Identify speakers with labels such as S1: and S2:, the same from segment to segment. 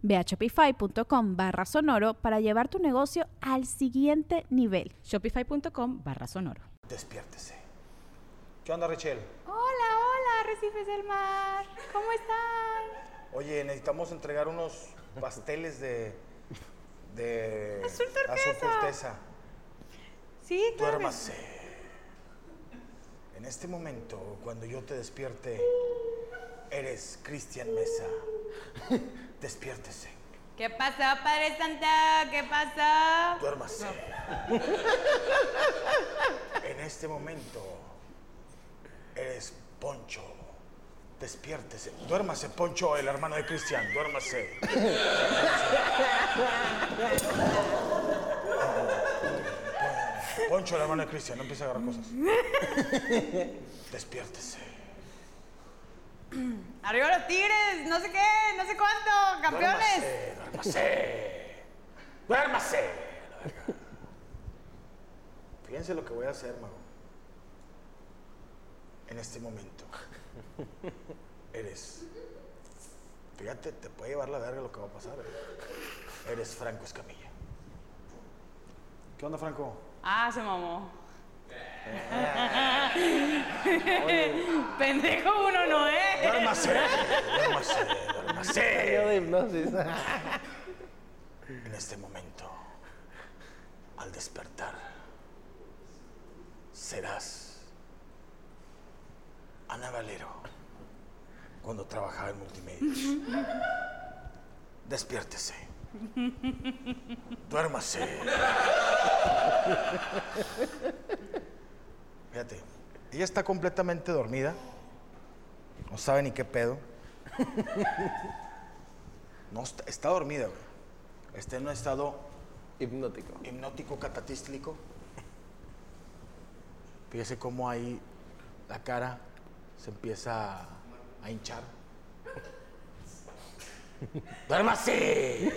S1: Ve a shopify.com barra sonoro para llevar tu negocio al siguiente nivel.
S2: Shopify.com barra sonoro.
S3: Despiértese. ¿Qué onda, Rachel?
S4: Hola, hola, Recifes del Mar. ¿Cómo están?
S3: Oye, necesitamos entregar unos pasteles de. de.
S4: Azul turquesa.
S3: azul turquesa.
S4: Sí, claro. que-
S3: Duérmase. En este momento, cuando yo te despierte, eres Cristian Mesa. Despiértese.
S4: ¿Qué pasó, Padre Santa? ¿Qué pasó?
S3: Duérmase. En este momento, eres Poncho. Despiértese. Duérmase, Poncho, el hermano de Cristian. Duérmase. Poncho, el hermano de Cristian. No empieza a agarrar cosas. Despiértese.
S4: Arriba los tigres, no sé qué, no sé cuánto, campeones.
S3: Duérmase, duérmase. Duérmase. Fíjense lo que voy a hacer, mago. En este momento. Eres. Fíjate, te puede llevar la verga lo que va a pasar. eh. Eres Franco Escamilla. ¿Qué onda, Franco?
S4: Ah, se mamó. Pendejo uno no ¿eh? es.
S3: Duérmase, duérmase, duérmase.
S5: de hipnosis.
S3: En este momento, al despertar, serás Ana Valero cuando trabajaba en multimedia. Despiértese. Duérmase. Fíjate, ella está completamente dormida. No sabe ni qué pedo. No, está, está dormida, güey. Está en un estado
S5: Hipnótico.
S3: hipnótico catatíslico. Fíjese cómo ahí la cara se empieza a, a hinchar. ¡Duérmase!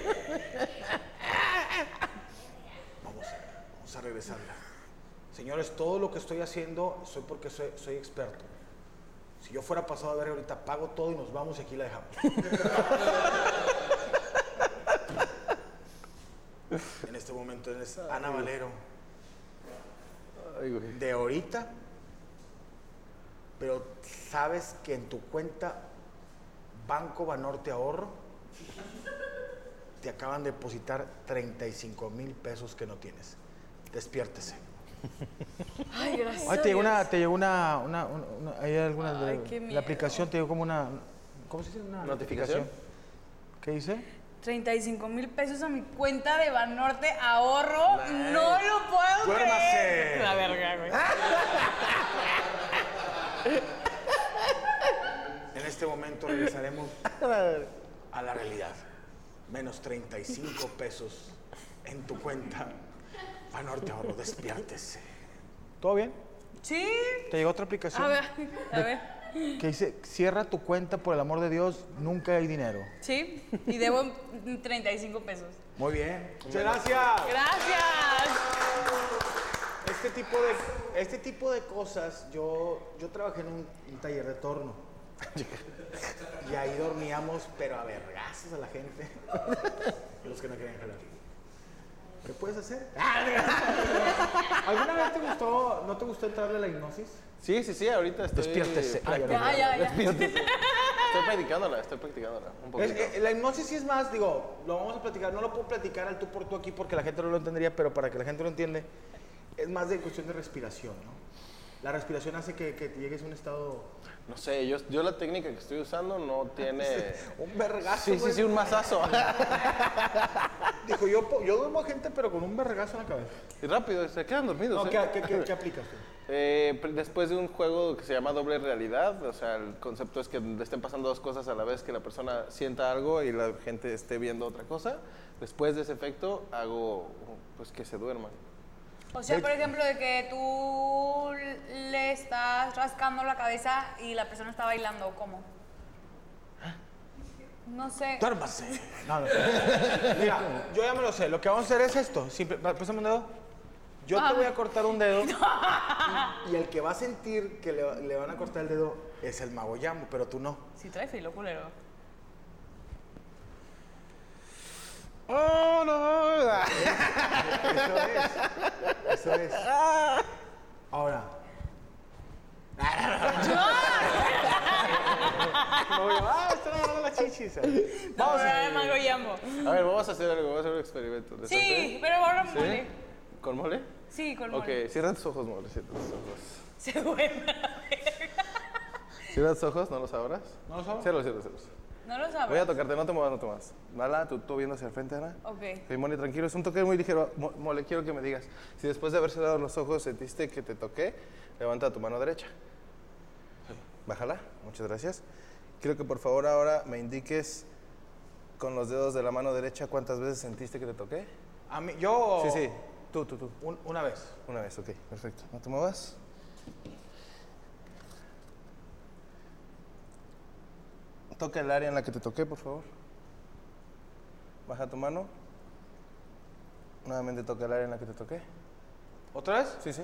S3: vamos, a- vamos a regresarla. Señores, todo lo que estoy haciendo soy porque soy, soy experto. Si yo fuera pasado a ver ahorita, pago todo y nos vamos y aquí la dejamos. en este momento es Ana Valero
S5: Ay, güey.
S3: de ahorita, pero sabes que en tu cuenta Banco Banorte Ahorro te acaban de depositar 35 mil pesos que no tienes. Despiértese.
S6: Ay, gracias.
S3: Ay, te llegó una, te llegó una, una, una- una- hay
S5: Ah,
S3: alguna de-
S6: Ay, qué
S3: la
S6: miedo.
S3: aplicación te llegó como una, ¿cómo se dice? Una
S5: ¿Notificación?
S3: ¿Qué dice?
S6: 35 mil pesos a mi cuenta de Banorte ahorro. No lo puedo
S3: Duérmase.
S6: creer. La verga, güey.
S3: En este momento regresaremos a la realidad. Menos 35 pesos en tu cuenta. Banorte Ahorro, despiértese. ¿Todo bien?
S6: Sí.
S3: ¿Te llegó otra aplicación?
S6: A ver, a ver.
S3: Que dice, cierra tu cuenta, por el amor de Dios, nunca hay dinero.
S6: Sí. Y debo 35 pesos.
S3: Muy bien. Muchas gracias.
S6: Gracias.
S3: Este tipo de, este tipo de cosas, yo, yo trabajé en un, un taller de torno. y ahí dormíamos, pero a vergazos a la gente. Los que no querían jalar. ¿Qué puedes hacer? ¿Alguna vez te gustó, no te gustó entrarle a la hipnosis?
S5: Sí, sí, sí, ahorita estoy.
S3: Despiértese. Ay,
S5: practicando.
S6: ay, ay.
S5: Despiértese. Estoy practicándola, estoy practicándola. Un
S3: Es-
S5: poquito.
S3: eh, la hipnosis sí es más, digo, lo vamos a platicar, no lo puedo platicar al tú por tú aquí porque la gente no lo entendería, pero para que la gente lo entiende, es más de cuestión de respiración, ¿no? La respiración hace que, que llegues a un estado.
S5: No sé, yo, yo la técnica que estoy usando no tiene.
S3: Un vergazo.
S5: Sí, sí,
S3: güey.
S5: sí, un mazazo.
S3: Dijo, yo, po- yo duermo a gente, pero con un vergazo en la cabeza.
S5: y rápido, se quedan dormidos.
S3: No,
S5: ¿eh?
S3: ¿qué, qué, qué, qué aplicas tú?
S5: Eh, pr- después de un juego que se llama doble realidad, o sea, el concepto es que le estén pasando dos cosas a la vez, que la persona sienta algo y la gente esté viendo otra cosa. Después de ese efecto, hago pues que se duerman.
S6: O sea, por ejemplo, de que tú le estás rascando la cabeza y la persona está bailando, ¿cómo? No sé.
S3: Duérmase. No, no. Mira, yo ya me lo sé. Lo que vamos a hacer es esto. Simple, va, pásame un dedo. Yo te voy a cortar un dedo. Y el que va a sentir que le, le van a cortar el dedo es el mago Yamo, pero tú no.
S6: Si trae filo, culero.
S5: ¡Oh, no!
S3: Eso es. Eso es. Ahora. No, yo, ah, me están agarrando las chichis.
S6: Vamos a ver, mango yambo.
S5: A ver, vamos a hacer algo, vamos a hacer un experimento. ¿Les
S6: Sí,
S5: late?
S6: pero ahora
S5: ¿Sí?
S6: mole.
S5: ¿Con mole?
S6: Sí, con
S5: Ok,
S6: mole.
S5: cierra tus ojos, mole, cierra tus ojos.
S6: Se duerme.
S5: Cierra tus ojos, ¿no los abras?
S3: ¿No los abro?
S5: Cierra, cierra, cierra.
S6: No lo
S5: Voy a
S6: sabes.
S5: tocarte, no te muevas, no te muevas. Nala, tú, tú viendo hacia el frente, Ana.
S6: Ok.
S5: Ok, Mole, tranquilo, es un toque muy ligero. Mo- Mole, quiero que me digas, si después de haber cerrado los ojos sentiste que te toqué, levanta tu mano derecha. Bájala, muchas gracias. Quiero que por favor ahora me indiques con los dedos de la mano derecha cuántas veces sentiste que te toqué.
S3: A mí, yo.
S5: Sí, sí, tú, tú, tú.
S3: un- una vez.
S5: Una vez, ok, perfecto. No te muevas. Toca el área en la que te toqué, por favor. Baja tu mano. Nuevamente toca el área en la que te toqué.
S3: ¿Otra vez?
S5: Sí, sí.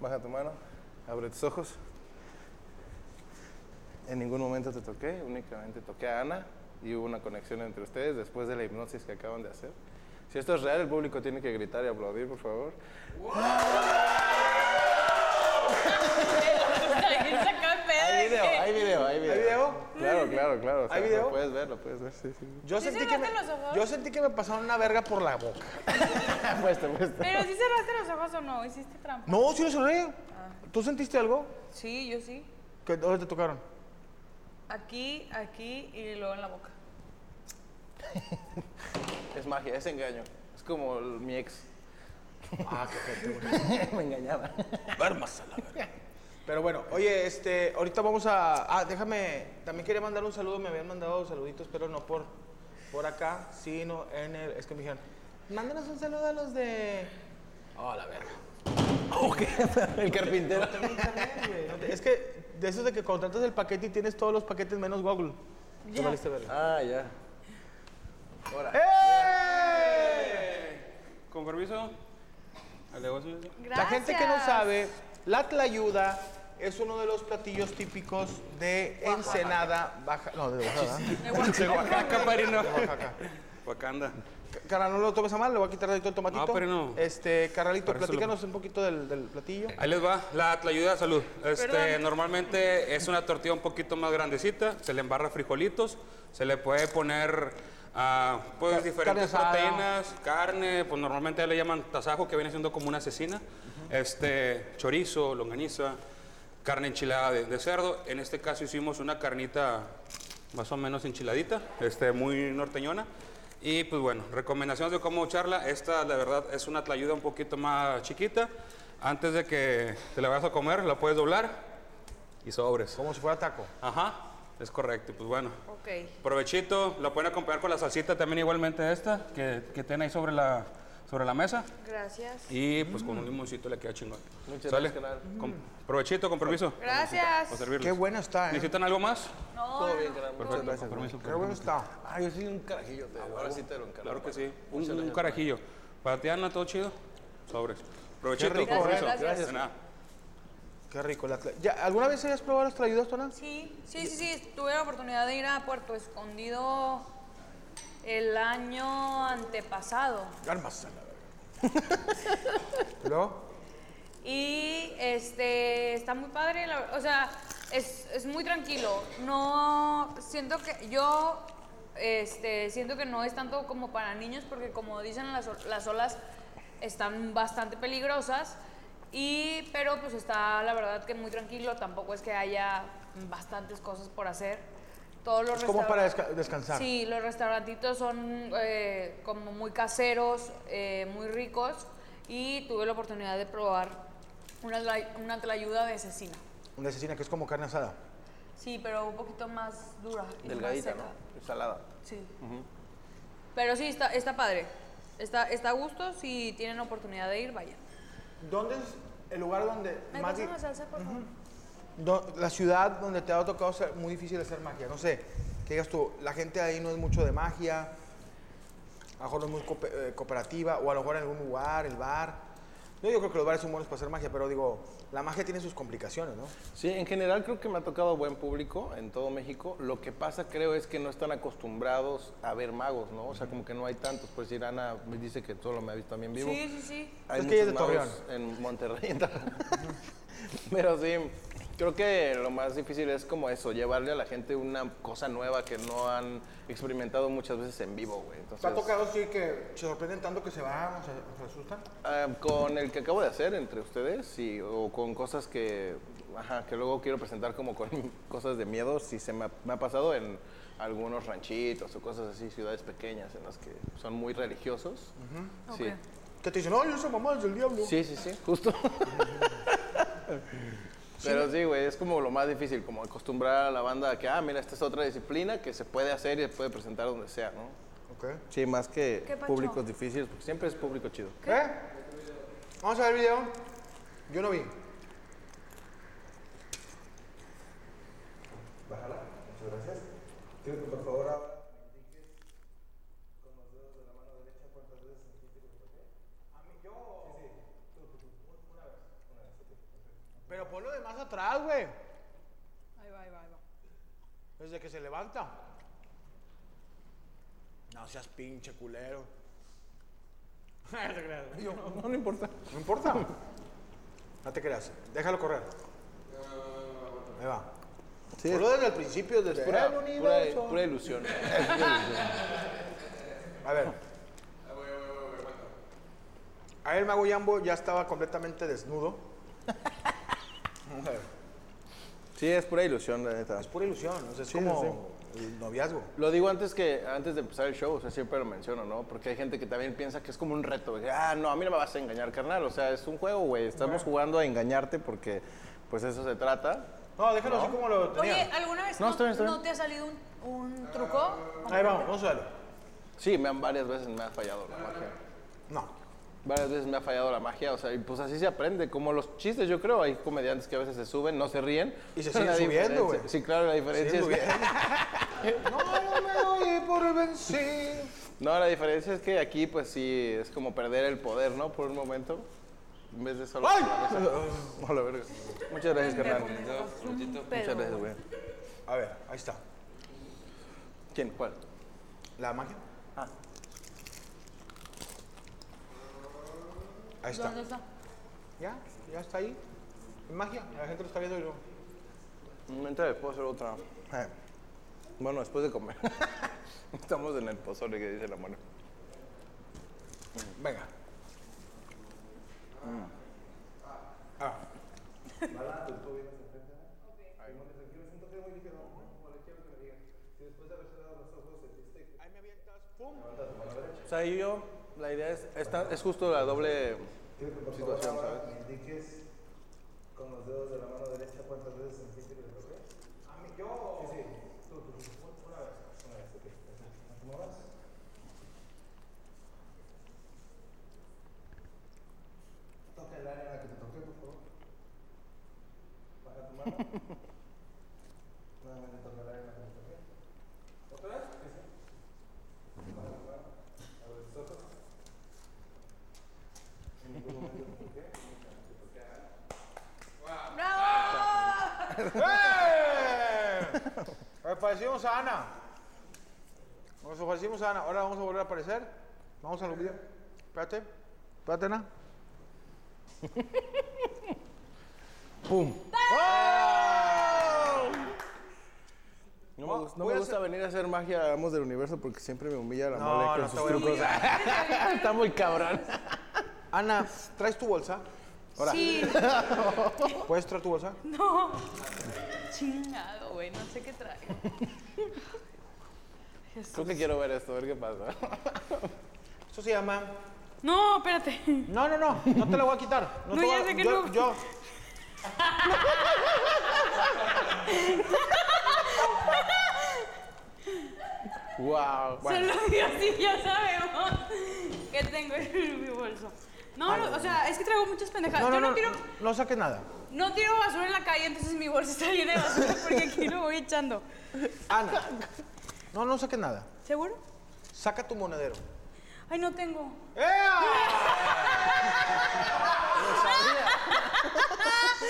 S5: Baja tu mano. Abre tus ojos. En ningún momento te toqué, únicamente toqué a Ana y hubo una conexión entre ustedes después de la hipnosis que acaban de hacer. Si esto es real, el público tiene que gritar y aplaudir, por favor.
S6: Alguien saca el pedo.
S5: Hay video, hay video, hay video.
S3: ¿Hay video?
S5: Claro, claro, claro. o sea,
S3: ¿Hay video?
S5: Lo puedes ver, lo puedes ver, sí, sí. sí.
S3: Yo
S6: ¿Sí
S3: sentí que me,
S6: cerraste los ojos?
S3: yo sentí que me pasaron una verga por la boca. Ah,
S5: Apuesta, apuesta.
S6: Pero si cerraste los ojos o no, hiciste trampa.
S3: No, sí lo cerré.
S6: Ah.
S3: ¿Tú sentiste algo?
S6: Sí, yo sí.
S3: ¿Qué- ¿Dónde te tocaron?
S6: Aquí, aquí y luego en la boca.
S5: Es magia, es engaño. Es como el- mi ex.
S3: Ah, qué gente, güey.
S5: Me engañaba.
S3: Pero bueno, oye, este, ahorita vamos a. Ah, déjame. También quería mandar un saludo. Me habían mandado saluditos, pero no por, por acá, sino en el. Es que me dijeron, mándanos un saludo a los de. Oh, la verga.
S5: El carpintero.
S3: No te- Es que de esos de que contratas el paquete y tienes todos los paquetes menos Google. Ya. valiste verga.
S5: Ah, ya.
S7: Con permiso, al negocio.
S6: Gracias.
S3: La gente que no sabe, la tlayuda es oano de los platillos típicos de Ensenada Baja. No, de Oaxaca.
S6: De Oaxaca.
S7: Acá, parino.
S3: De Oaxaca.
S7: Wakanda.
S3: Carnal, no lo tomes a mal, le voy a quitar ahorita el tomatito.
S7: No, pero no.
S3: Este, carnalito,
S7: Pero eso lo-
S3: platícanos un poquito del, del platillo.
S7: Ahí les va, la tlayuda, salud. Este, normalmente es una tortilla un poquito más grandecita, se le embarra frijolitos, se le puede poner ah, pues,
S3: Car-
S7: diferentes
S3: carne asada.
S7: proteínas, carne, pues normalmente le llaman tasajo, que viene siendo como una asesina, este, chorizo, longaniza, carne enchilada de, de cerdo. En este caso hicimos una carnita más o menos enchiladita, este, muy norteñona. Y pues bueno, recomendaciones de cómo echarla. Esta, la verdad, es una tlayuda un poquito más chiquita. Antes de que te la vayas a comer, la puedes doblar y sobres.
S3: Como si fuera taco.
S7: Ajá, es correcto. Pues bueno,
S6: Ok.
S7: provechito. La pueden acompañar con la salsita también igualmente esta que, que tienen ahí sobre la, sobre la mesa.
S6: Gracias.
S7: Y pues con un limoncito le queda chingón.
S5: Muchas
S7: ¿Sale?
S5: gracias, carnal.
S7: Con- provechito, con permiso.
S6: Gracias.
S7: Por servirles.
S3: Qué bueno está, ¿eh?
S7: ¿Necesitan algo más?
S6: No,
S5: Todo
S6: no,
S5: bien,
S6: no.
S5: carnal. Muchas
S7: Perfecto,
S5: gracias.
S7: con permiso.
S3: Qué bueno está.
S5: Ah, yo soy un carajillo, te Ahora sí te lo encargo.
S7: Claro que sí. Un, un carajillo. Para ti, Ana, todo chido. Sobres. Provechito,
S3: Qué rico,
S7: con permiso.
S6: gracias, gracias.
S7: De nada.
S3: Qué rico. La tla- ¿Ya, ¿Alguna vez habías probado las tlayudas, Tona?
S6: Sí, sí, sí, sí. Tuve la oportunidad de ir a Puerto Escondido el año antepasado.
S3: Armas. ¿Pero?
S6: Y este está muy padre, la- o sea, es, es muy tranquilo. No siento que yo este siento que no es tanto como para niños porque como dicen las, o- las olas están bastante peligrosas Y, pero pues está la verdad que muy tranquilo, tampoco es que haya bastantes cosas por hacer. Todos los
S3: Es como para
S6: restauran-
S3: desca- descansar.
S6: Sí, los restaurantitos son eh, como muy caseros, eh, muy ricos y tuve la oportunidad de probar una, tla- una tlayuda de cecina.
S3: Una asesina que es como carne asada.
S6: Sí, pero un poquito más dura. y más
S5: Delgadita,
S6: seca.
S3: Ah,
S5: ¿no? Salada.
S6: Sí. Pero sí, está, está padre. Está, está a gusto. Si tienen oportunidad de ir, vayan.
S3: ¿Dónde es el lugar donde
S6: ¿Me
S3: más di-
S6: pasas una salsa, por favor?
S3: do- la ciudad donde te ha tocado ser muy difícil hacer magia? No sé, que digas tú, la gente ahí no es mucho de magia, a lo mejor no es muy cope- eh, cooperativa, o a lo mejor en algún lugar, el bar. No, yo creo que los bares son buenos para hacer magia, pero digo, la magia tiene sus complicaciones, ¿no?
S5: Sí, en general creo que me ha tocado buen público en todo México. Lo que pasa creo es que no están acostumbrados a ver magos, ¿no? O sea, como que no hay tantos. Pues ir Ana me dice que solo me ha visto a mí en vivo.
S6: Sí, sí, sí.
S5: Hay
S3: Es que ella es
S5: muchos
S3: de
S5: magos En Monterrey. entonces. Pero sí, creo que lo más difícil es como eso, llevarle a la gente una cosa nueva que no han experimentado muchas veces en vivo,
S3: ¿Te
S5: güey.
S3: ha
S5: Entonces,
S3: tocado sí que se sorprenden tanto que se van, o se, o se asustan?
S5: Ah, con el que acabo de hacer entre ustedes, sí, o con cosas que, ajá, que luego quiero presentar como con cosas de miedo, si se me ha, me ha pasado en algunos ranchitos o cosas así, ciudades pequeñas en las que son muy religiosos. sí.
S3: Que te dicen, no, esa mamá es del diablo.
S5: sí, sí, sí, justo. Pero sí, güey, es como lo más difícil, como acostumbrar a la banda a que, ah, mira, esta es otra disciplina que se puede hacer y se puede presentar donde sea, ¿no?
S3: Ok.
S5: Sí, más que
S6: ¿Qué pacho?
S5: públicos difíciles, porque siempre es público chido.
S3: ¿Eh? Vamos a ver el video. Yo no vi.
S5: Bájala, muchas gracias. Quiero que por favor ahora
S3: Pero ponlo de más atrás, güey.
S6: Ahí va, ahí va, ahí va.
S3: Desde que se levanta. No seas pinche culero. Yo, no, no importa. No importa. No te creas. Déjalo correr. Ahí va.
S5: Sí.
S3: Ponlo desde el principio, desde
S5: Pura,
S3: el
S5: pura,
S3: universo.
S5: pura ilusión.
S3: A ver. Ahí el mago Yambo ya estaba completamente desnudo.
S5: Sí, es pura ilusión, la neta.
S3: Es pura ilusión. o sea, es
S5: Sí,
S3: como el noviazgo.
S5: Lo digo antes que antes de empezar el show, o sea, siempre lo menciono, ¿no? Porque hay gente que también piensa que es como un reto, de que, ah, no, a mí no me vas a engañar, carnal, o sea, es un juego, güey, estamos jugando a engañarte porque pues eso se trata.
S3: No, déjalo
S5: No.
S3: así como lo tenía.
S6: Oye, ¿alguna vez
S5: No,
S6: no,
S5: está bien, está bien.
S6: no te ha salido un, un truco?
S3: Ahí vamos, vamos a verlo.
S5: Sí, me han varias veces me ha fallado la magia.
S3: No.
S5: Varias veces me ha fallado la magia, o sea, y pues así se aprende, como los chistes, yo creo. Hay comediantes que a veces se suben, no se ríen.
S3: Y se
S5: pero
S3: siguen
S5: la
S3: subiendo,
S5: diferencia-
S3: güey.
S5: Sí, claro, la diferencia es que-
S3: No, no me doy por vencido.
S5: No, la diferencia es que aquí, pues sí, es como perder el poder, ¿no? Por un momento. En vez de solo.
S3: ¡Ay!
S5: Hola, verga. Muchas gracias, carnal. Muchas
S6: Pero-
S5: gracias, güey.
S3: A ver, ahí está.
S5: ¿Quién? ¿Cuál?
S3: La magia.
S5: Ah.
S3: Ahí está.
S6: ¿Dónde está?
S3: Ya, ya está ahí. Magia, la gente lo está viendo y lo.
S5: Mientras puedo hacer otra. Eh, Bueno, después de comer. Estamos en el pozole que dice la mano.
S3: Venga. Ah.
S5: O sea, yo, yo, la idea es, esta- es justo la doble situación, ¿sabes?
S3: Aparecimos a Ana. Nos ofrecimos a Ana. Ahora vamos a volver a aparecer. Vamos a los videos. Espérate. Espérate, Ana.
S5: ¡Pum! No, me,
S3: Oh,
S5: gusta, no
S3: voy
S5: me
S3: a
S5: gusta venir a hacer magia a Amos del Universo porque siempre me humilla la
S3: No,
S5: mole con
S3: no te
S5: sus
S3: voy a
S5: trucos. está muy cabrón.
S3: Ana, ¿traes tu bolsa?
S5: Ahora.
S6: Sí,
S3: ¿Puedes traer tu bolsa?
S6: no. Chingado, güey, no sé qué trae.
S5: Creo que quiero ver esto, a ver qué pasa.
S3: Eso se llama.
S6: No, espérate.
S3: No, no, no, no te la voy a quitar.
S6: No,
S3: te
S6: ya
S3: voy a-
S6: sé que
S3: yo,
S6: no.
S3: Yo.
S5: wow.
S6: Se lo dio así, ya sabemos que tengo en mi bolso. No, no, o sea, es que traigo muchas pendejadas.
S3: Ah, No, no,
S6: Yo
S3: no,
S6: no tiro,
S3: no saques nada.
S6: no tiro basura en la calle, entonces mi bolsa está llena de basura porque aquí lo voy echando.
S3: Ana. No, no saques nada.
S6: ¿Seguro?
S3: Saca tu monedero.
S6: Ay, no tengo.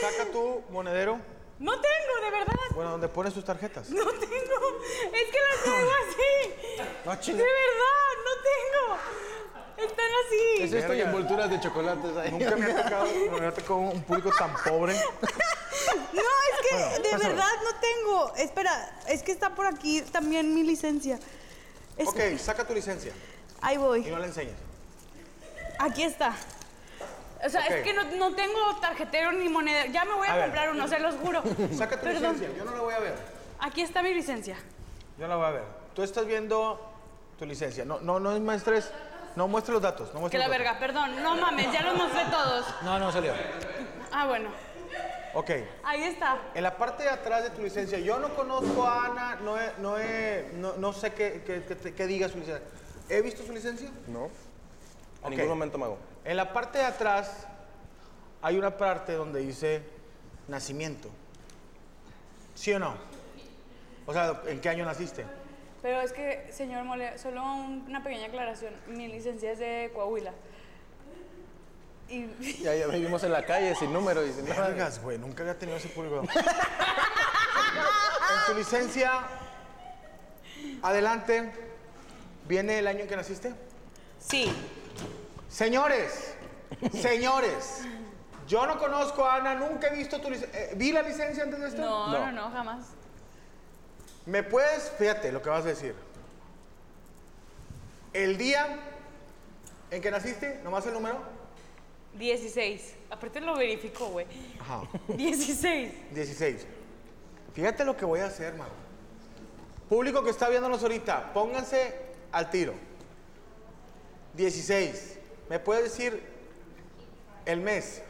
S3: Saca tu monedero.
S6: No tengo, de verdad.
S3: Bueno, donde pones tus tarjetas.
S6: No tengo. Es que las traigo así.
S3: No,
S6: De
S3: chinga.
S6: verdad, no tengo. Están así.
S5: Es esto y envolturas de chocolates ahí.
S3: Nunca me ha tocado, me ha tocado un público tan pobre.
S4: No, es que
S3: Bueno,
S4: de
S3: pásalo.
S4: verdad no tengo. Espera, es que está por aquí también mi licencia. Es-
S3: Ok, saca tu licencia
S4: Ahí
S3: y
S4: voy.
S3: no la enseñes.
S4: Aquí está.
S6: O sea,
S3: Ok.
S6: es que no, no tengo tarjetero ni moneda. Ya me voy a,
S3: A ver.
S6: comprar uno, se los juro.
S3: Saca tu
S6: Mm. Perdón.
S3: licencia, yo no la voy a ver.
S6: Aquí está mi licencia.
S3: Yo no la voy a ver. Tú estás viendo tu licencia. No, no, no muestres, no muestres los datos. No
S6: Que
S3: muestres
S6: la
S3: los datos.
S6: verga, perdón. No mames, ya los mostré todos.
S3: No, no salió.
S6: Ah, bueno.
S3: Ok.
S6: Ahí está.
S3: En la parte de atrás de tu licencia, yo no conozco a Ana, no, he- no, he- no, no sé qué, qué- qué te- qué diga su licencia. ¿He visto su licencia?
S5: No. En
S3: Ok.
S5: ningún momento, mago.
S3: En la parte de atrás hay una parte donde dice nacimiento. ¿Sí o no? O sea, ¿en qué año naciste?
S6: Pero es que, señor Mole, solo un- una pequeña aclaración. Mi licencia es de Coahuila. Y
S5: Ya, ya vivimos en la calle sin número y sin nada.
S3: Vergas, güey, nunca había tenido ese público. en tu licencia, adelante, viene el año en que naciste.
S6: sí.
S3: Señores, señores, yo no conozco a Ana, nunca he visto tu licencia. ¿Vi la licencia antes de esto?
S6: No, no, no, jamás.
S3: ¿Me puedes, fíjate lo que vas a decir? El día en que naciste, nomás el número.
S6: 16. Aparte lo verificó, güey.
S3: Ajá.
S6: 16.
S3: 16. Fíjate lo que voy a hacer, mano. Público que está viéndonos ahorita, pónganse al tiro. 16. ¿Me puedes decir el mes?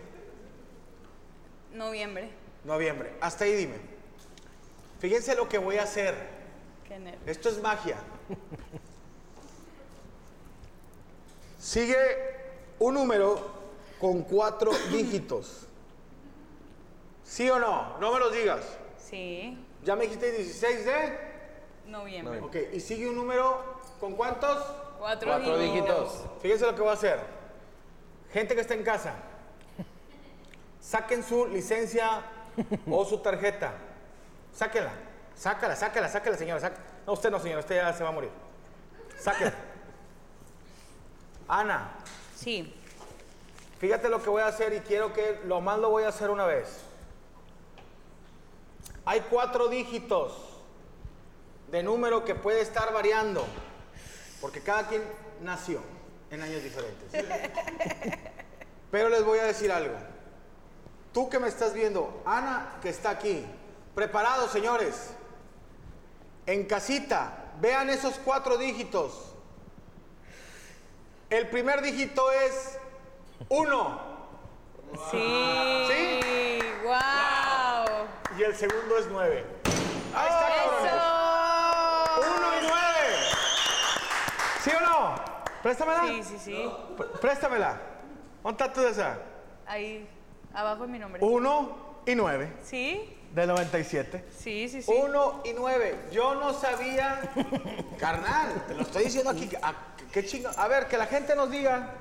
S6: Noviembre.
S3: Noviembre. Hasta ahí dime. Fíjense lo que voy a hacer.
S6: Qué nervio.
S3: Esto es magia. Sigue un número con cuatro dígitos. ¿Sí o no? No me lo digas.
S6: Sí.
S3: Ya me dijiste 16 de...
S6: Noviembre.
S3: Ok, y sigue un número con cuántos.
S6: Cuatro,
S5: Cuatro
S6: dígitos.
S5: dígitos.
S3: Fíjense lo que voy a hacer. Gente que está en casa, saquen su licencia o su tarjeta. Sáquenla, sácala, sácala, sácala, señora. saca- No, usted no, señora, usted ya se va a morir. Sáquela. Ana,
S6: Sí.
S3: fíjate lo que voy a hacer y quiero que lo más lo voy a hacer una vez. Hay cuatro dígitos de número que puede estar variando, porque cada quien nació en años diferentes. Pero les voy a decir algo. Tú que me estás viendo, Ana que está aquí, preparados señores, en casita, vean esos cuatro dígitos. El primer dígito es uno
S6: Sí.
S3: ¿Sí?
S6: Wow.
S3: y el segundo es nueve. Ahí está, cabrones. Uno y nueve. ¿Sí o no? Préstamela.
S6: Sí, sí, sí.
S3: Pr- préstamela. ¿Dónde está tú esa?
S6: Ahí, abajo es mi nombre.
S3: Oh. Uno y nueve
S6: ¿Sí?
S3: del 97.
S6: Sí, sí, sí.
S3: Uno y nueve. Yo no sabía. Carnal, te lo estoy diciendo aquí. Ah, ¿Qué chingo? A ver, que la gente nos diga.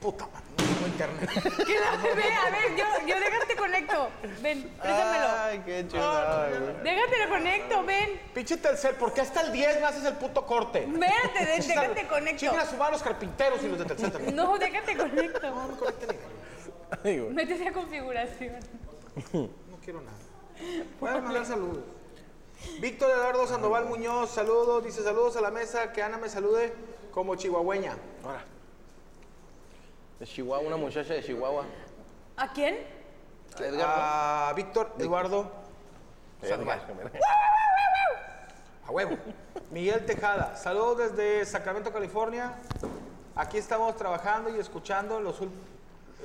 S3: Puta madre, no tengo internet.
S6: Que la ve, a ver, yo, yo déjate conecto. Ven,
S3: Ah.
S6: préstamelo.
S5: Ay, qué chulada, güey.
S6: Déjate lo conecto, ven.
S3: Pinche Telcel, ¿por qué hasta el 10 me haces el puto corte?
S6: Vérate, de- déjate
S3: Chingan a
S6: conecto.
S3: su mano los carpinteros y los de Telcel también.
S6: No, déjate conecto.
S3: No, correcto, ni-
S5: Ay, güey.
S6: Métete a configuración.
S3: No quiero nada. Puedes mandar saludos. Víctor Eduardo Sandoval Muñoz, saludos. Dice saludos a la mesa, que Ana me salude como chihuahueña. Ahora.
S5: De Chihuahua, una muchacha de Chihuahua.
S6: ¿A quién?
S5: A Edgar,
S3: A Ah, Víctor Eduardo
S5: ¿no?
S3: Sandoval.
S5: Edgar,
S3: A huevo. Miguel Tejada, saludos desde Sacramento, California. Aquí estamos trabajando y escuchando los, ul-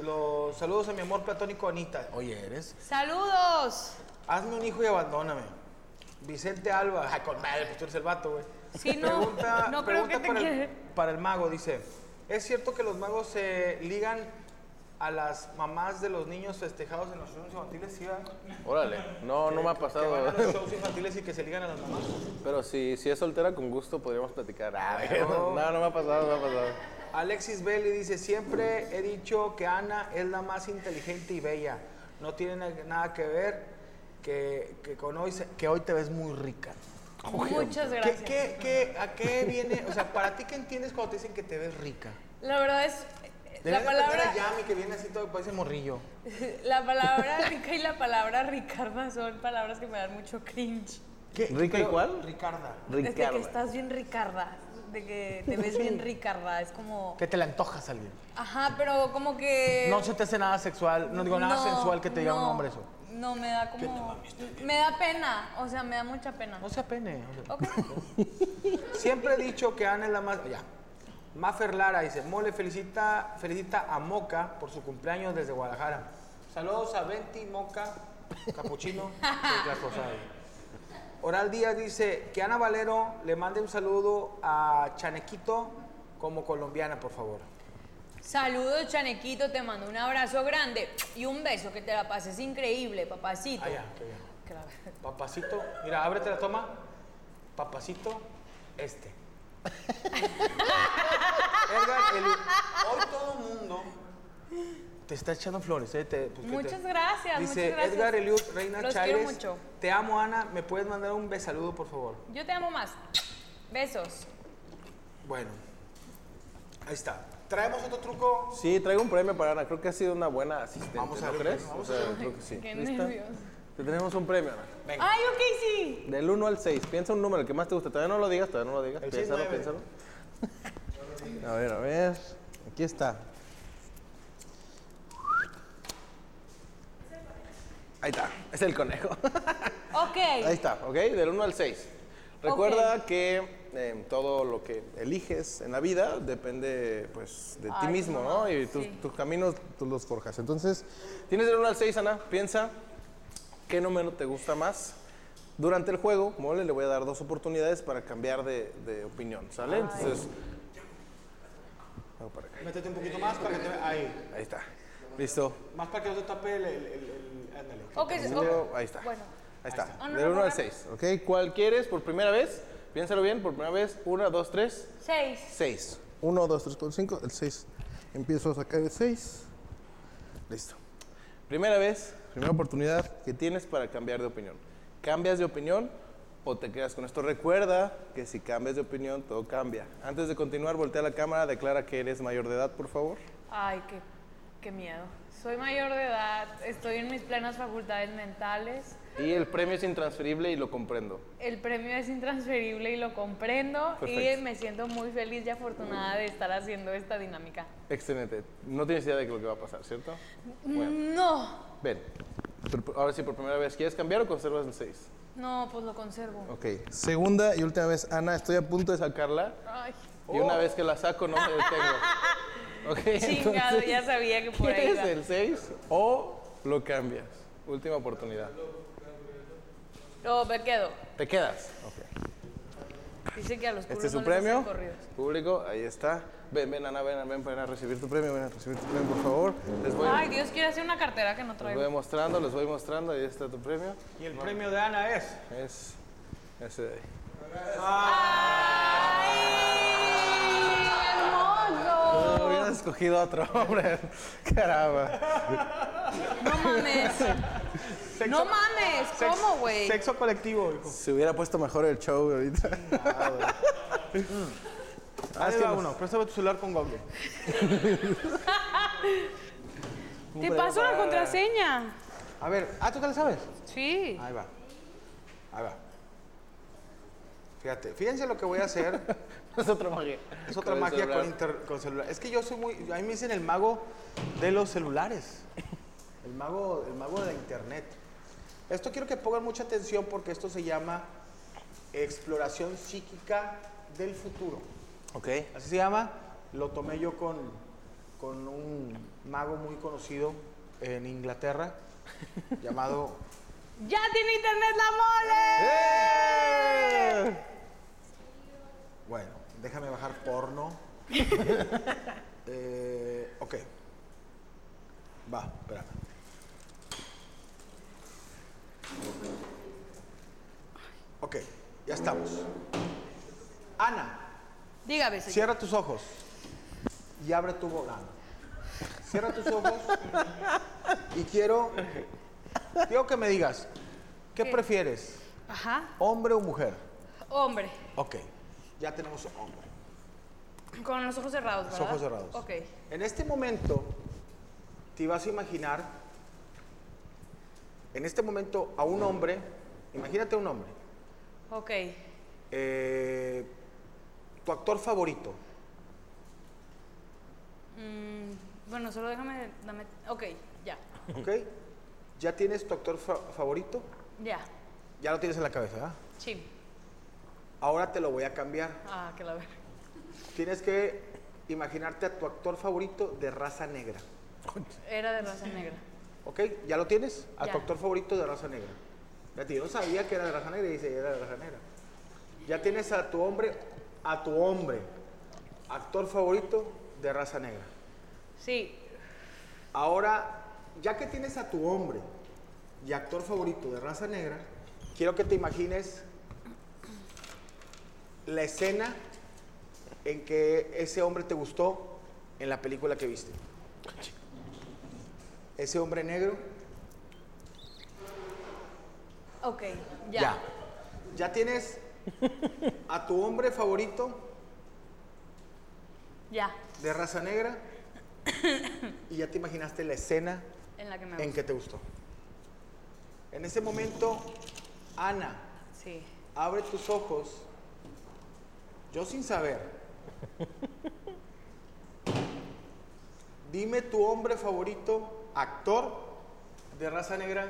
S3: los saludos a mi amor platónico Anita. Oye, eres.
S6: ¡Saludos!
S3: Hazme un hijo y abandóname. Vicente Alba. Ay, con madre, pues tú eres el vato, güey.
S6: Sí, no,
S3: Pregunta,
S6: no creo
S3: pregunta
S6: que te
S3: para, el,
S6: quede.
S3: para el mago, dice. ¿Es cierto que los magos se ligan a las mamás de los niños festejados en los shows infantiles? Sí, ¿verdad?
S5: Órale, no, no me ha
S3: Que van
S5: pasado.
S3: a los shows infantiles y que se ligan a las mamás.
S5: Pero si, si es soltera, con gusto podríamos platicar. Ah, no, no me ha pasado, no me ha pasado.
S3: Alexis Bailey dice, siempre he dicho que Ana es la más inteligente y bella. No tiene na- nada que ver que, que con hoy, se- que hoy te ves muy rica.
S6: Muchas
S3: ¿Qué-
S6: gracias.
S3: qué- qué- a qué viene? O sea, ¿para ti qué entiendes cuando te dicen que te ves rica?
S6: La verdad es. La
S3: Deberías de poner
S6: palabra,
S3: a Yami que viene así todo, parece morrillo.
S6: la palabra rica y la palabra Ricarda son palabras que me dan mucho cringe.
S3: ¿Qué-
S5: ¿Rica y
S3: lo-
S5: cuál?
S3: Ricarda.
S6: Es de
S5: Ricardo.
S6: que estás bien Ricarda, de que te ves bien Ricarda, es como...
S3: Que te la antojas a alguien.
S6: Ajá, pero como que...
S3: No se te hace nada sexual, no digo nada
S6: Eh, no,
S3: sensual que te diga un
S6: no,
S3: hombre eso.
S6: No, me da como... Me da pena, o sea, me da mucha pena.
S3: No se apene. o sea.
S6: Ok.
S3: Siempre he dicho que Ana es la más. Ya. Mafer Lara dice: Mole felicita, felicita a Moca por su cumpleaños desde Guadalajara. Saludos a Venti, Moca, Capuchino, y Clas Rosado. Oral Díaz dice: Que Ana Valero le mande un saludo a Chanequito como colombiana, por favor.
S6: Saludos, Chanequito, te mando un abrazo grande y un beso, que te la pases increíble, papacito.
S3: Allá, allá.
S6: Claro.
S3: Papacito, mira, ábrete la toma. Papacito, este. Edgar, el- hoy todo mundo te está echando flores, ¿eh? Te- pues, ¿qué te-
S6: Muchas gracias,
S3: Dice
S6: muchas gracias.
S3: Edgar Eliud, Reina
S6: Los
S3: Chávez.
S6: quiero mucho.
S3: Te amo, Ana. ¿Me puedes mandar un besaludo, por favor?
S6: Yo te amo más. Besos.
S3: Bueno, ahí está. Traemos otro truco.
S5: Sí, traigo un premio para Ana. Creo que ha sido una buena asistente.
S3: Vamos a
S5: ¿no
S3: ver,
S5: crees?
S3: vamos
S5: o sea, creo que sí.
S6: Qué
S5: ¿Lista?
S6: nervios.
S5: Te tenemos un premio, Ana.
S3: Venga.
S6: Ay, ok, sí.
S5: Del 1 al 6. Piensa un número, el que más te guste. Todavía no lo digas, todavía no lo digas.
S3: El seis,
S5: piénsalo,
S3: nueve.
S5: piénsalo. a ver, a ver. Aquí está. Ahí está. Es el conejo.
S6: Ok.
S5: Ahí está, ¿ok? Del 1 al 6. Recuerda que eh, todo lo que eliges en la vida depende pues, de ti
S6: Ay,
S5: mismo,
S6: no,
S5: ¿no? Y tus,
S6: sí.
S5: tus caminos tú los forjas. Entonces, tienes del 1 al 6, Ana. Piensa qué número te gusta más. Durante el juego, Mole le voy a dar dos oportunidades para cambiar de, de opinión, ¿sale? Entonces, vamos para acá.
S3: Métete un poquito más para que te vea- Ahí.
S5: Ahí está. Listo.
S3: Más para que no te tape el. el, el, el- ándale.
S6: Ok,
S5: Número-
S6: ok.
S5: ahí está.
S6: Bueno.
S5: Ahí está.
S6: Ah, no,
S5: Del
S6: no,
S5: 1 al
S6: no.
S5: 6, ¿ok? ¿Cuál quieres por primera vez? Piénsalo bien, por primera vez. 1, 2, 3,
S6: Seis.
S5: 6. 1, 2, 3, 4, 5, el 6. Empiezo a sacar el 6. Listo. Primera vez, primera oportunidad que tienes para cambiar de opinión. ¿Cambias de opinión o te quedas con esto? Recuerda que si cambias de opinión, todo cambia. Antes de continuar, voltea a la cámara, declara que eres mayor de edad, por favor.
S6: Ay, qué, qué miedo. Soy mayor de edad, estoy en mis plenas facultades mentales.
S5: Y el premio es intransferible y lo comprendo.
S6: El premio es intransferible y lo comprendo.
S5: Perfecto.
S6: Y me siento muy feliz y afortunada de estar haciendo esta dinámica.
S5: Excelente. No tienes idea de lo que va a pasar, ¿cierto? Bueno,
S6: No,
S5: ven. Por- Ahora sí, por primera vez, ¿quieres cambiar o conservas el 6?
S6: no, pues lo conservo.
S5: Ok. Segunda y última vez, Ana, estoy a punto de sacarla.
S6: Ay,
S5: Y una vez que la saco, no me detengo. Ok.
S6: chingado,
S5: entonces,
S6: ya sabía que por ahí
S5: ¿Quieres
S6: iba.
S5: el 6 o lo cambias? Última oportunidad.
S6: No, me quedo.
S5: ¿Te quedas? Ok.
S6: Dice que a los culos
S5: Este es un
S6: no les hacen
S5: premio.
S6: corridos.
S5: Público, ahí está. Ven, ven, Ana, ven, ven, ven a recibir tu premio, ven a recibir tu premio, por favor. Les voy,
S6: Ay, Dios quiere hacer una cartera que no
S5: les
S6: traigo.
S5: voy mostrando, les voy mostrando. Ahí está tu premio.
S3: Y el premio de Ana es.
S5: Es eh. ese de ahí.
S6: ¡Ay! ¡Hermoso!
S5: No, hubieras escogido otro, hombre. Caramba.
S6: No mames. No mames,
S3: Sex-
S6: ¿cómo, güey?
S3: Sexo colectivo, hijo.
S5: Se hubiera puesto mejor el show ahorita.
S3: Ahí
S5: es que
S3: va
S5: nos-
S3: uno. Préstame tu celular con Google.
S6: Te paso la contraseña.
S3: A ver, ¿ah, tú qué le sabes?
S6: Sí.
S3: Ahí va. Ahí va. Fíjate, fíjense lo que voy a hacer.
S5: Es otra magia.
S3: Es otra
S5: el
S3: magia
S5: celular.
S3: con, inter- con celular. Es que yo soy muy. A mí me dicen el mago de los celulares. El mago, el mago de la internet. Esto quiero que pongan mucha atención porque esto se llama exploración psíquica del futuro.
S5: Ok.
S3: Así se llama. Lo tomé yo con, con un mago muy conocido en Inglaterra llamado...
S6: ¡Ya tiene internet la mole!
S3: ¡Eh! Bueno, déjame bajar porno. Eh, ok. Va, espérame. Ok, ya estamos. Ana.
S6: Dígame, señor.
S3: Cierra tus ojos y abre tu boca. Cierra tus ojos y quiero, quiero que me digas, ¿qué prefieres?
S6: Ajá.
S3: ¿Hombre o mujer?
S6: Hombre.
S3: Ok, ya tenemos hombre.
S6: Con los ojos cerrados,
S3: Los
S6: ¿verdad?
S3: ojos cerrados.
S6: Ok.
S3: En este momento, te vas a imaginar, en este momento, a un hombre, imagínate a un hombre,
S6: Ok.
S3: eh, tu actor favorito,
S6: Mm, bueno, solo déjame. Dame, ok, ya.
S3: ¿ok? Ya tienes tu actor fa- favorito,
S6: Ya.
S3: ya lo tienes en la cabeza, ¿verdad?
S6: Sí.
S3: Ahora te lo voy a cambiar.
S6: Ah, que la ver.
S3: Tienes que imaginarte a tu actor favorito de raza negra.
S6: Era de raza negra.
S3: ¿Ok? ¿Ya lo tienes? A tu
S6: Ya.
S3: actor favorito de raza negra. Fíjate, yo no sabía que era de raza negra y dice, era de raza negra. Ya tienes a tu hombre, a tu hombre, actor favorito de raza negra.
S6: Sí.
S3: Ahora, ya que tienes a tu hombre y actor favorito de raza negra, quiero que te imagines la escena en que ese hombre te gustó en la película que viste. Ese hombre negro,
S6: Ok, ya.
S3: ya. Ya, tienes a tu hombre favorito
S6: Ya.
S3: de raza negra y ya te imaginaste la escena
S6: En la que me
S3: en
S6: gusta.
S3: que te gustó. En ese momento, Ana,
S6: Sí.
S3: abre tus ojos, yo sin saber. Dime tu hombre favorito, actor de raza negra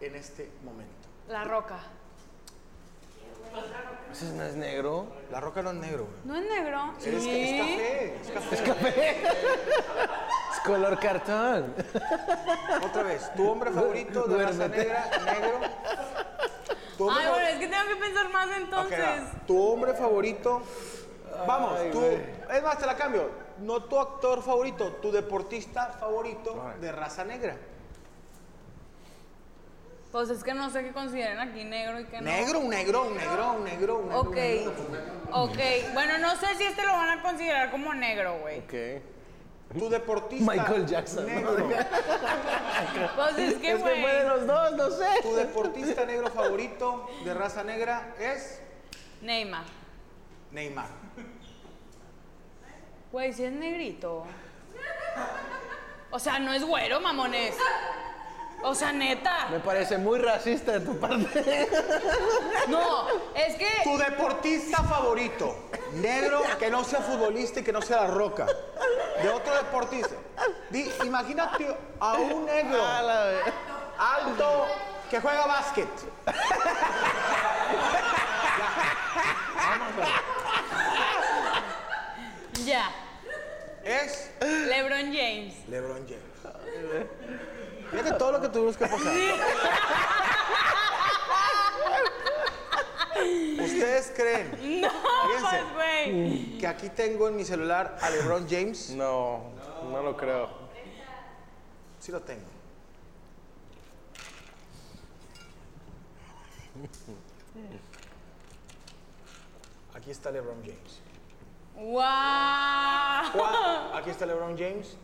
S3: en este momento.
S6: La roca.
S5: ¿Ese no es negro?
S3: La roca no es negro, güey.
S6: ¿No es negro?
S3: Es, es café, es café.
S5: Es color cartón.
S3: Otra vez, tu hombre favorito de raza
S5: Duérmete.
S3: negra, negro. Tu hombre
S6: Ay, bueno,
S3: fa-
S6: es que tengo que pensar más
S3: Ok,
S6: entonces.
S3: va. tu hombre favorito. Vamos,
S5: Ay,
S3: tu-
S5: güey.
S3: es más, te la cambio. No tu actor favorito, tu deportista favorito
S5: Órale.
S3: de raza negra.
S6: Pues es que no sé qué consideran aquí negro y qué no.
S3: Negro, un negro, un negro, un negro, un negro.
S6: Ok, ok. Bueno, no sé si este lo van a considerar como negro, güey.
S5: Ok.
S3: Tu deportista.
S5: Michael Jackson.
S3: Negro.
S6: Pues es que,
S5: es que
S6: güey.
S5: fue de los dos, no sé.
S3: tu deportista negro favorito de raza negra es
S6: Neymar.
S3: Neymar.
S6: Güey, si es negrito. O sea, no es güero, mamones. O sea,
S5: Me
S6: neta.
S5: parece muy racista de tu parte.
S6: No, es que.
S3: Tu deportista favorito negro que no sea futbolista y que no sea la roca. De otro deportista. Di- imagínate a un negro
S5: A la vez.
S3: alto que juega básquet.
S6: Ya.
S3: Es
S6: LeBron James.
S3: LeBron James. Fíjate todo lo que tuvimos que pasar. ¿Ustedes creen?
S6: No,
S3: Fíjense.
S6: pues, güey.
S3: Que aquí tengo en mi celular a LeBron James.
S5: No, no lo creo.
S3: Sí lo tengo. Aquí está LeBron James.
S6: ¡Wow!
S3: Juan, aquí está LeBron James.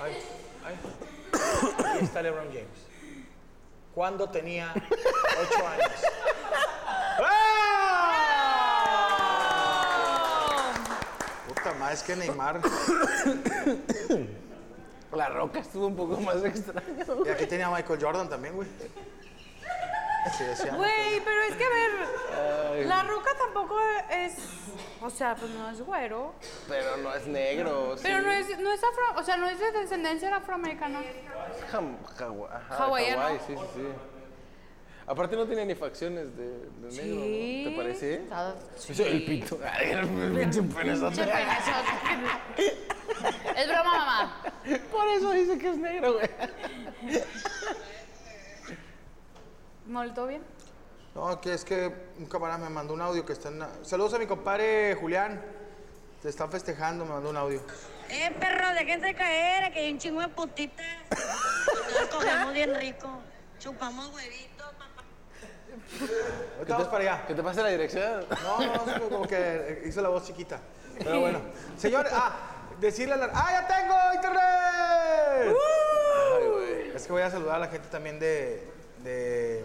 S3: Ay, ay. Aquí está LeBron James. Cuando tenía 8 años. Puta madre, es que Neymar.
S5: La roca estuvo un poco más extraña.
S3: Y aquí tenía a Michael Jordan también, güey.
S5: Sí, decía.
S6: Güey, pero es que a ver, la roca tampoco es, o sea, pues no es güero,
S5: Pero no es negro.
S6: pero
S5: sí.
S6: no es, no es afro, o sea, no es de descendencia afroamericana.
S5: Jam- Hawa- ajá,
S6: Hawaiano.
S5: Hawái, sí, sí, sí. Aparte no tiene ni facciones de, de negro, ¿no? ¿te parece?
S6: Está-
S5: Eso, El pito. Ay, el pinche penezote.
S6: Che, peinazote. Es broma, mamá.
S5: Por eso dice que es negro, güey.
S6: ¿Molto bien?
S3: No, que es que un camarada me mandó un audio que está en... la- Saludos a mi compadre Julián. Se está festejando, me mandó un audio.
S8: Eh, perro, déjense caer, que hay un chingo de putitas. Nos cogemos bien rico. Chupamos huevitos, papá.
S3: Ahorita vamos para allá.
S5: Que te pase la dirección.
S3: No, no, es como- como que eh, hizo la voz chiquita. Pero bueno. Señores, ah, decirle a la... ¡Ah, ya tengo internet!
S5: Ay, güey.
S3: Es que voy a saludar a la gente también de, de-